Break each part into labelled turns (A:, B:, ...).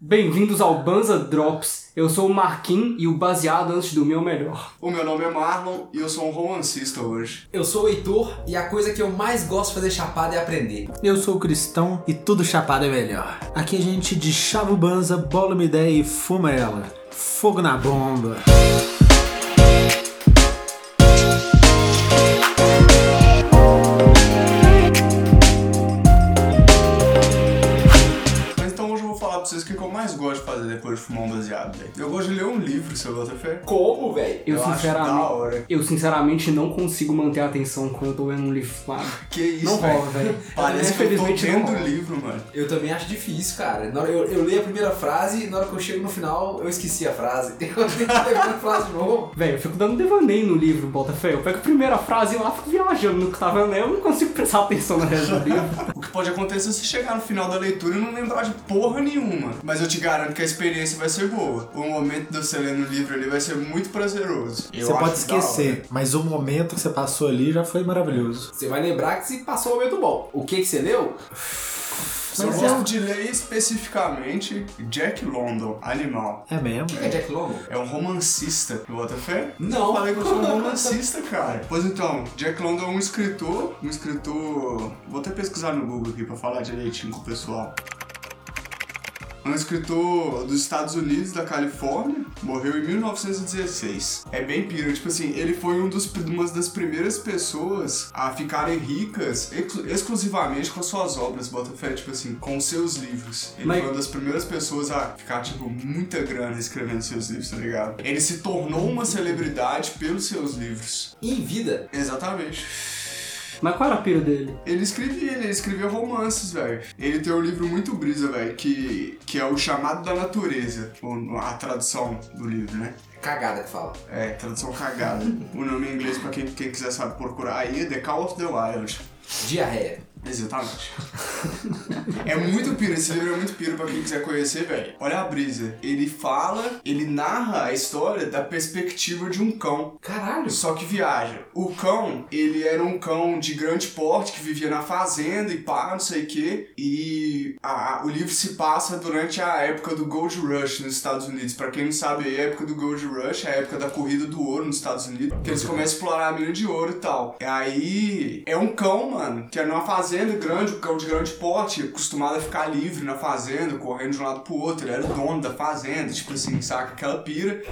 A: Bem-vindos ao Banza Drops. Eu sou o Marquinhos e o baseado antes do meu melhor.
B: O meu nome é Marlon e eu sou um romancista hoje.
C: Eu sou o Heitor e a coisa que eu mais gosto de fazer chapada é aprender.
D: Eu sou o Cristão e tudo chapado é melhor. Aqui a gente deschava o banza, bola uma ideia e fuma ela. Fogo na bomba.
B: Mas então hoje eu vou falar pra vocês o que eu mais gosto de fazer depois de fumar um baseado, velho. Eu gosto de ler um livro, se eu botar fé.
C: Como, velho?
A: Eu,
B: acho da
A: sinceramente,
B: hora.
A: eu sinceramente não consigo manter a atenção quando eu tô lendo um livro fumado.
B: Que é isso,
A: Não
C: é-
B: velho.
A: rola, velho.
B: Parece que eu tô
A: Infelizmente, não
B: dentro do
A: rola.
B: livro, mano.
C: Eu também acho difícil, cara. Na hora- Eu, eu leio a primeira frase e na hora que eu chego no final eu esqueci a frase. Eu tenho que pegar a frase de novo.
A: Velho, eu fico dando devaneio no livro, bota fé. Eu pego a primeira frase e lá fico viajando no que tava lendo. Eu não consigo prestar atenção no resto do livro.
B: O que pode acontecer é você chegar no final da leitura e não lembrar de porra nenhuma. Mas eu te garanto que a experiência vai ser boa. O momento de você ler no livro ali vai ser muito prazeroso. Eu
D: você
B: acho
D: pode
B: da hora.
D: esquecer, mas o momento que você passou ali já foi maravilhoso.
C: Você vai lembrar que se passou um momento bom. O que, que você leu?
B: Eu
D: Mas é um
B: gosto de ler especificamente Jack London, Animal.
D: É mesmo?
C: É Jack London?
B: É um romancista. Eu boto fé? Eu
C: Não.
B: falei que eu sou um romancista, cara. Pois então, Jack London é um escritor, um escritor. Vou até pesquisar no Google aqui pra falar direitinho com o pessoal. É um escritor dos Estados Unidos, da Califórnia, morreu em 1916. É bem pira, tipo assim, ele foi um dos, uma das primeiras pessoas a ficarem ricas exclu- exclusivamente com as suas obras, Botafé, tipo assim, com os seus livros. Ele
A: Mas-
B: foi uma das primeiras pessoas a ficar, tipo, muita grana escrevendo seus livros, tá ligado? Ele se tornou uma celebridade pelos seus livros.
C: Em vida.
B: Exatamente.
A: Mas qual era a pira dele?
B: Ele escrevia, ele escrevia romances, velho. Ele tem um livro muito brisa, velho, que, que é o Chamado da Natureza, ou a tradução do livro, né?
C: Cagada que fala.
B: É, tradução cagada. o nome em inglês, pra quem, quem quiser sabe procurar aí, é The Call of the Wild.
C: Diarreia.
B: Exatamente. é muito piro, esse livro é muito piro pra quem quiser conhecer, velho. Olha a brisa. Ele fala, ele narra a história da perspectiva de um cão.
C: Caralho.
B: Só que viaja. O cão, ele era um cão de grande porte que vivia na fazenda e pá, não sei o quê. E a- a- o livro se passa durante a época do Gold Rush nos Estados Unidos. Pra quem não sabe, a época do Gold Rush é a época da corrida do ouro nos Estados Unidos. Que eles começam a explorar a mina de ouro e tal. E aí é um cão, mano, que é numa fazenda grande, um cão de grande porte, acostumado a ficar livre na fazenda, correndo de um lado pro outro. Ele era o dono da fazenda, tipo assim, saca aquela pira.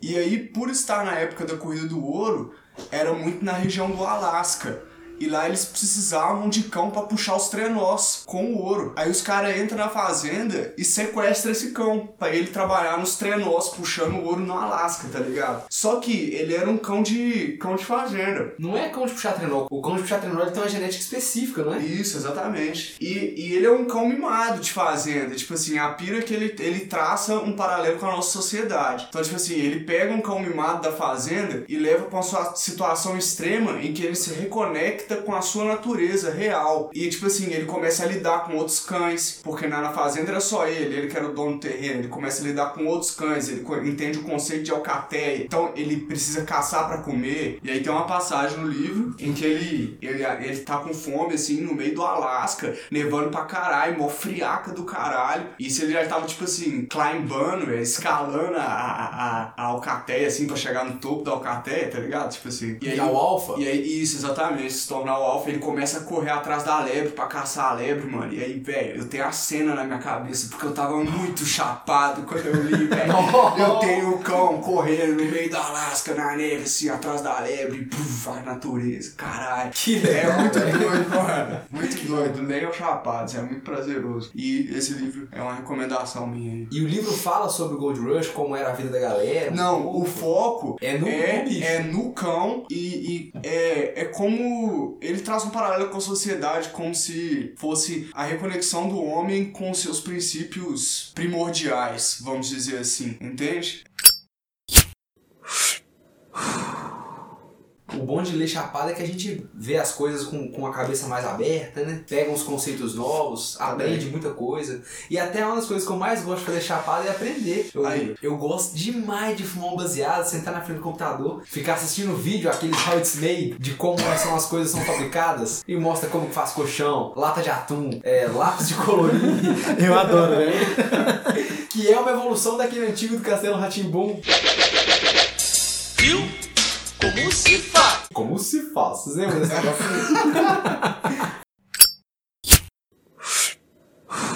B: E aí, por estar na época da corrida do ouro, era muito na região do Alasca. E lá eles precisavam de cão pra puxar os trenós com o ouro. Aí os caras entram na fazenda e sequestram esse cão pra ele trabalhar nos trenós puxando o ouro no Alasca, tá ligado? Só que ele era um cão de cão de fazenda.
C: Não é cão de puxar trenó. O cão de puxar trenó ele tem uma genética específica, não é?
B: Isso, exatamente. E, e ele é um cão mimado de fazenda. Tipo assim, a pira que ele, ele traça um paralelo com a nossa sociedade. Então, tipo assim, ele pega um cão mimado da fazenda e leva pra uma sua situação extrema em que ele se reconecta com a sua natureza real. E, tipo assim, ele começa a lidar com outros cães, porque na, na fazenda era só ele, ele que era o dono do terreno. Ele começa a lidar com outros cães, ele co- entende o conceito de alcateia. Então, ele precisa caçar pra comer. E aí tem uma passagem no livro em que ele, ele, ele tá com fome, assim, no meio do Alasca, nevando pra caralho, mó friaca do caralho. E se ele já tava, tipo assim, climbando, velho, escalando a, a, a- a alcateia, assim, pra chegar no topo da alcateia, tá ligado? Tipo assim. E aí,
C: Virar o alfa.
B: e aí, isso, exatamente, se tornar o alfa, ele começa a correr atrás da lebre pra caçar a lebre, mano. E aí, velho, eu tenho a cena na minha cabeça, porque eu tava muito chapado quando eu li, velho. eu tenho o cão correndo no meio da Alasca, na neve, assim, atrás da lebre, puf, a natureza, caralho.
C: Que
B: É muito doido, mano. Muito doido, nem eu chapado, isso é muito prazeroso. E esse livro é uma recomendação minha aí.
C: E o livro fala sobre o Gold Rush, como era a vida da galera.
B: Não, o foco
C: É
D: um
C: no
B: é,
C: bicho.
B: é no cão e, e é, é como ele traz um paralelo com a sociedade, como se fosse a reconexão do homem com os seus princípios primordiais, vamos dizer assim, entende?
C: O bom de ler Chapada é que a gente vê as coisas com, com a cabeça mais aberta, né? Pega uns conceitos novos, aprende muita coisa. E até uma das coisas que eu mais gosto de fazer Chapada é aprender. Eu,
B: Aí.
C: eu gosto demais de fumar um baseado, sentar na frente do computador, ficar assistindo vídeo, aqueles how it's made, de como são as coisas são fabricadas, e mostra como que faz colchão, lata de atum, é, lápis de colorir.
D: né? Eu adoro, velho.
C: que é uma evolução daquele antigo do Castelo Ratimbum.
E: Viu? Como se faz?
C: Como se faz? Vocês lembram desse negócio?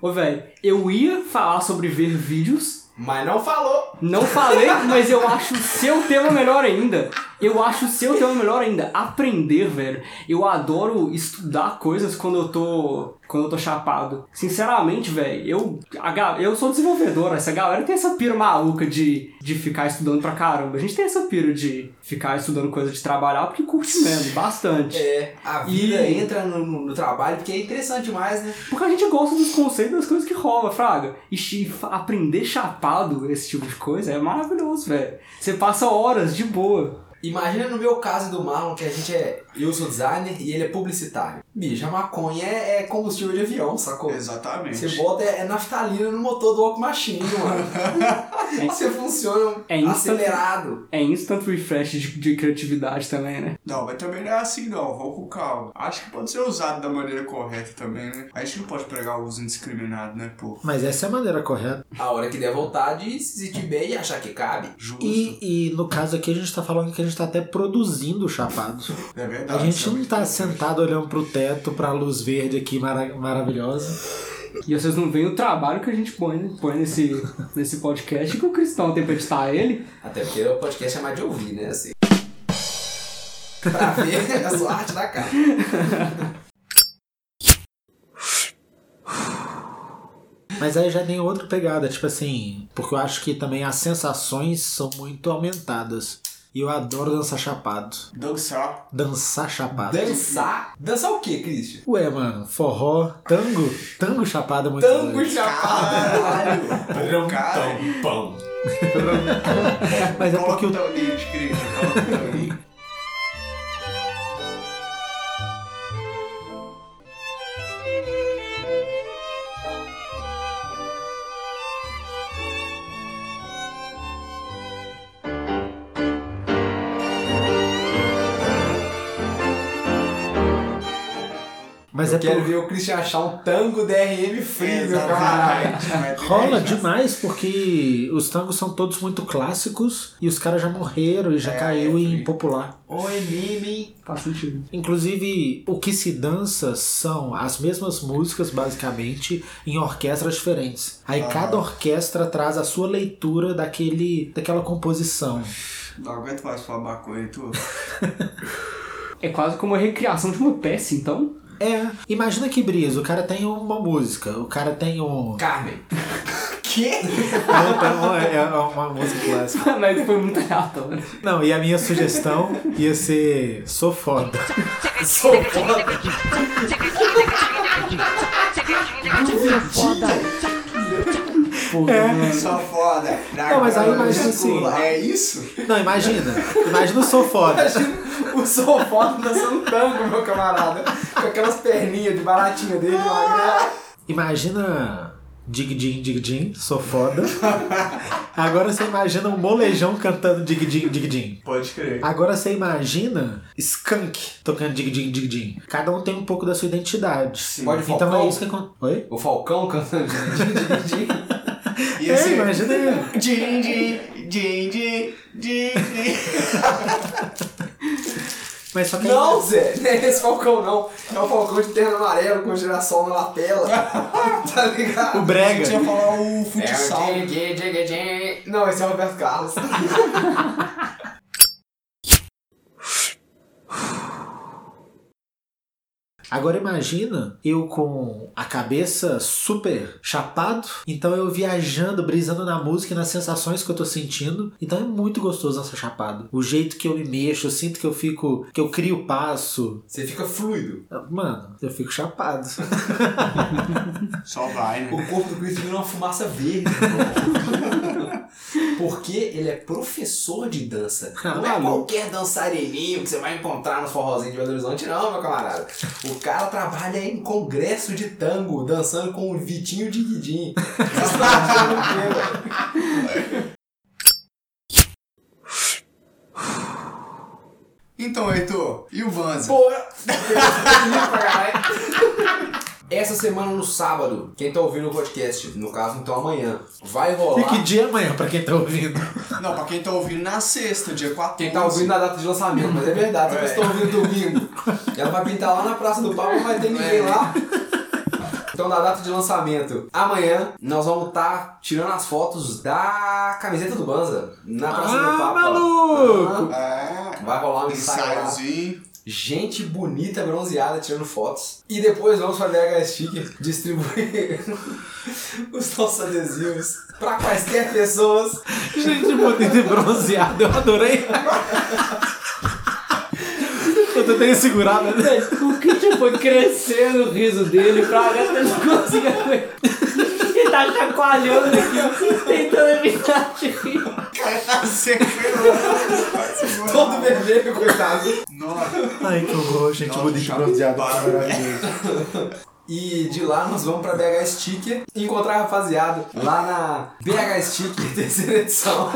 A: Ô, velho, eu ia falar sobre ver vídeos,
C: Mas não falou.
A: não falei, mas eu acho o seu tema melhor ainda. Eu acho o seu tema melhor ainda. Aprender, velho. Eu adoro estudar coisas quando eu tô. Quando eu tô chapado. Sinceramente, velho, eu. a ga- eu sou desenvolvedor, essa galera tem essa pira maluca de, de ficar estudando pra caramba. A gente tem essa pira de ficar estudando coisa de trabalhar porque curte mesmo, bastante.
C: É, a
A: E-
C: vida entra no, no- no trabalho, porque é interessante demais, né?
A: Porque a gente gosta dos conceitos das coisas que rola, Fraga. E chi- fa- aprender chapado esse tipo de coisa é maravilhoso, velho. Você passa horas de boa.
C: Imagina no meu caso e do Marlon, que a gente é. Eu sou designer e ele é publicitário. Bicho, a maconha é, é combustível de avião, sacou? Você
B: Exatamente.
C: bota é, é naftalina no motor do Walk Machine, mano. Você funciona
A: É instant-
C: acelerado.
A: É instant refresh de, de criatividade também, né?
B: Não, mas também não é assim não, vamos com calma. Acho que pode ser usado da maneira correta também, né? A gente não pode pregar o uso indiscriminado, né, pô?
D: Mas essa é a maneira correta.
C: A hora que der vontade, se sentir bem e achar que cabe.
B: Justo.
D: E, e no caso aqui a gente tá falando que a gente tá até produzindo chapado.
B: É
D: A
B: verdade.
D: gente
B: sabe?
D: não tá sentado olhando pro teto, pra luz verde aqui mara- maravilhosa.
A: E vocês não veem o trabalho que a gente põe, né? põe nesse, nesse podcast que o Cristão tem pra editar ele.
C: Até porque o podcast é mais de ouvir, né? Assim. Pra ver né, a sua arte da cara.
D: Mas aí já tem outra pegada, tipo assim, porque eu acho que também as sensações são muito aumentadas. E eu adoro dançar chapado.
B: Dançar.
D: Dançar chapado.
C: Dançar? Dançar o quê, Christian?
D: Ué, mano, forró, tango, tango chapado é muito
C: Tango
D: legal.
C: chapado.
B: Caralho! Cara,
D: Mas é
B: coloca
D: porque o
B: o teu link, querido. Coloca o teu link.
D: Mas é
C: Eu quero
D: porque
C: ver o Christian achar um tango DRM free, meu caralho.
B: Exatamente, vai ter
D: rola
B: que-
D: demais porque os tangos são todos muito clássicos e os caras já morreram e já
B: É,
D: caiu em
B: sim.
D: popular.
C: Oi, Mimi.
A: Faz sentido.
D: Inclusive, o que se dança são as mesmas músicas, basicamente, em orquestras diferentes. Aí cada orquestra traz a sua leitura daquele, daquela composição.
B: Não aguento mais falar maconha, tu.
A: É quase como a recriação de uma peça, então.
D: É, imagina que brisa, o cara tem uma música, o cara tem um.
C: Carmen. Quê?
D: Não, tem um- é uma música clássica.
A: Mas foi muito né? aleatório.
D: Não, e a minha sugestão ia ser Sou foda.
C: Sou foda.
A: Pô, mano.
B: Só foda.
D: Não, mas aí imagina assim.
B: É isso?
D: Não, imagina. Imagina o Sou foda.
C: O sou foda dançando tango, meu camarada. Com aquelas perninhas de baratinha dele, magrela.
D: Imagina Dig Din Dig Din, sou foda. Agora você imagina um molejão cantando Dig Din Dig Din.
B: Pode crer.
D: Agora você imagina Skunk tocando Dig Din Dig Din. Cada um tem um pouco da sua identidade.
B: Sim.
C: Pode
D: Então
C: Falcão.
D: é isso que acontece. Oi?
C: O Falcão cantando de, de, de, de.
B: E
D: É,
B: assim.
D: imagina
B: Din, din, din, din, din, din.
D: Mas só que
C: Não, Zé, não é esse Falcão não. É o Falcão de terno amarelo com girassol na lapela. tá
D: o
C: ligado?
B: A gente ia
D: Brega.
B: falar o
C: É
B: futsal.
C: o Dig, Dig, Dig. Não, esse é o Roberto Carlos.
D: Agora imagina eu com a cabeça super chapado, então eu viajando, brisando na música e nas sensações que eu tô sentindo. Então é muito gostoso dançar chapado. O jeito que eu me mexo, eu sinto que eu fico, que eu crio passo.
C: Você fica fluido.
D: Mano, eu fico chapado.
B: Só vai, né?
C: O corpo do Cristo vira uma fumaça verde. irmão. Porque ele é professor de dança.
D: Ah,
C: Não é
D: maluco.
C: qualquer dançarininho que você vai encontrar no forrozinho de Belo Horizonte, não, meu camarada. O cara trabalha em congresso de tango, dançando com o Vitinho de Guidim. Vocês estão tá achando o quê, velho?
B: Então, Heitor, e o Vanza?
C: Porra! Feliz pra caralho. Essa semana no sábado, quem tá ouvindo o podcast, no caso então amanhã, vai rolar.
D: E que dia é amanhã, pra quem tá ouvindo?
B: Não, pra quem tá ouvindo na sexta, dia 14.
C: Quem tá ouvindo na data de lançamento, mas é verdade, vocês
B: É.
C: estão ouvindo domingo. Ela vai pintar lá na Praça do Pau, não vai ter ninguém
B: É.
C: lá. Então, na data de lançamento, amanhã, nós vamos estar tirando as fotos da camiseta do Banza na Praça
D: Ah,
C: do Papa.
D: maluco!
B: É,
C: Vai rolar um ensaio lá.
B: ensaiozinho.
C: Gente bonita, bronzeada, tirando fotos. E depois vamos pra VH Sticker distribuir os nossos adesivos pra quaisquer pessoas
D: Gente bonita e bronzeada, eu adorei. Eu tentei segurar, mas...
A: O Christian foi crescendo o riso dele pra até não conseguir aguentar. Ele tá chacoalhando aqui, tentando evitar de rir.
B: Cara, você foi louco. Vai segurar.
C: todo vermelho, coitado.
B: Nossa.
D: Ai, que horror, gente
B: Nossa,
D: bonita e
B: chapa
D: bronzeada.
B: de barro.
D: maravilhoso.
C: E de lá nós vamos pra BH Sticker e encontrar a rapaziada lá na BH Sticker, terceira edição.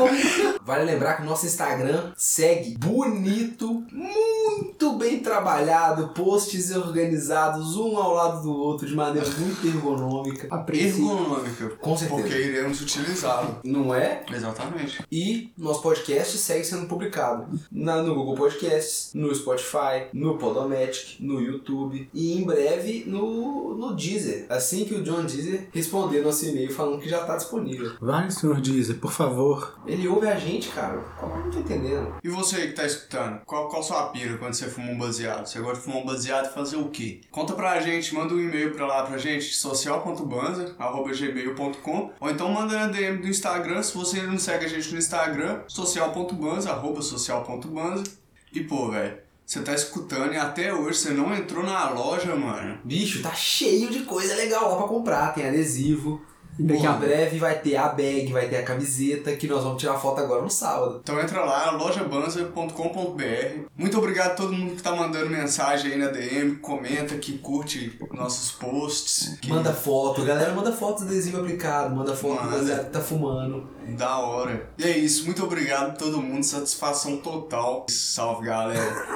C: Vale lembrar que o nosso Instagram segue bonito, muito bem trabalhado, posts organizados um ao lado do outro de maneira muito ergonômica.
B: Ergonômica.
C: Com certeza.
B: Porque iremos utilizá-lo.
C: Não é?
B: Exatamente.
C: E nosso podcast segue sendo publicado na, no Google Podcasts, no Spotify, no Podomatic, no YouTube e em breve no, no Deezer. Assim que o John Deezer responder nosso e-mail falando que já tá disponível.
D: Vai, senhor Deezer, por favor.
C: Ele ouve a gente, cara. Como eu não tô entendendo?
B: E você que tá escutando, qual, qual sua pira quando você fuma um baseado? Você gosta de fumar um baseado e fazer o quê? Conta pra gente, manda um e-mail pra lá pra gente, social.banza.gmail.com ou então manda na DM do Instagram, se você não segue a gente no Instagram, social.banza, arroba social.banza. E pô, velho, você tá escutando e até hoje você não entrou na loja, mano.
C: Bicho, tá cheio de coisa legal lá pra comprar. Tem adesivo.
A: Daqui a
C: em breve vai ter a bag, vai ter a camiseta, que nós vamos tirar foto agora no sábado.
B: Então entra lá, lojabanza.com.br. Muito obrigado a todo mundo que tá mandando mensagem aí na DM, comenta, que curte nossos posts, que
C: Manda foto, galera. Manda foto do adesivo aplicado, manda foto do
B: Manda.
C: baseado que tá fumando.
B: Da hora. E é isso, muito obrigado a todo mundo, satisfação total. Salve, galera.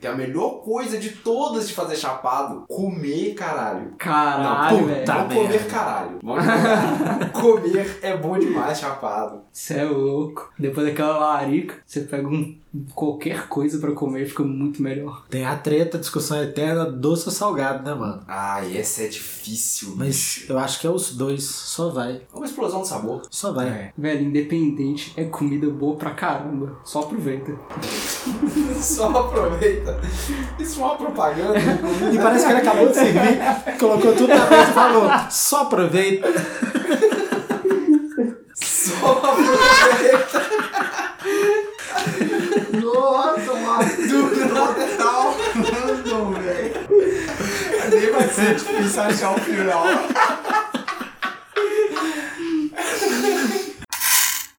C: Que é a melhor coisa de todas de fazer chapado, comer caralho.
A: Caralho,
D: Não,
A: velho.
D: puta. Tá
C: não comer
D: merda.
C: caralho. Vamos lá. comer é bom demais, chapado.
A: Cê é louco. Depois daquela larica, você pega um, qualquer coisa pra comer fica muito melhor.
D: Tem a treta, discussão eterna, doce ou salgado, né, mano?
C: Ai, essa é difícil.
D: Mas eu acho que é os dois, só vai,
C: É uma explosão de sabor.
D: só vai.
A: Velho, independente é comida boa pra caramba. Só aproveita.
C: Só aproveita. Isso é uma propaganda.
D: E parece que ele acabou de servir, colocou tudo na mesa e falou, só aproveita.
C: Só aproveita.
B: Nossa, madura total. Mano, velho. Nem vai ser difícil achar o final.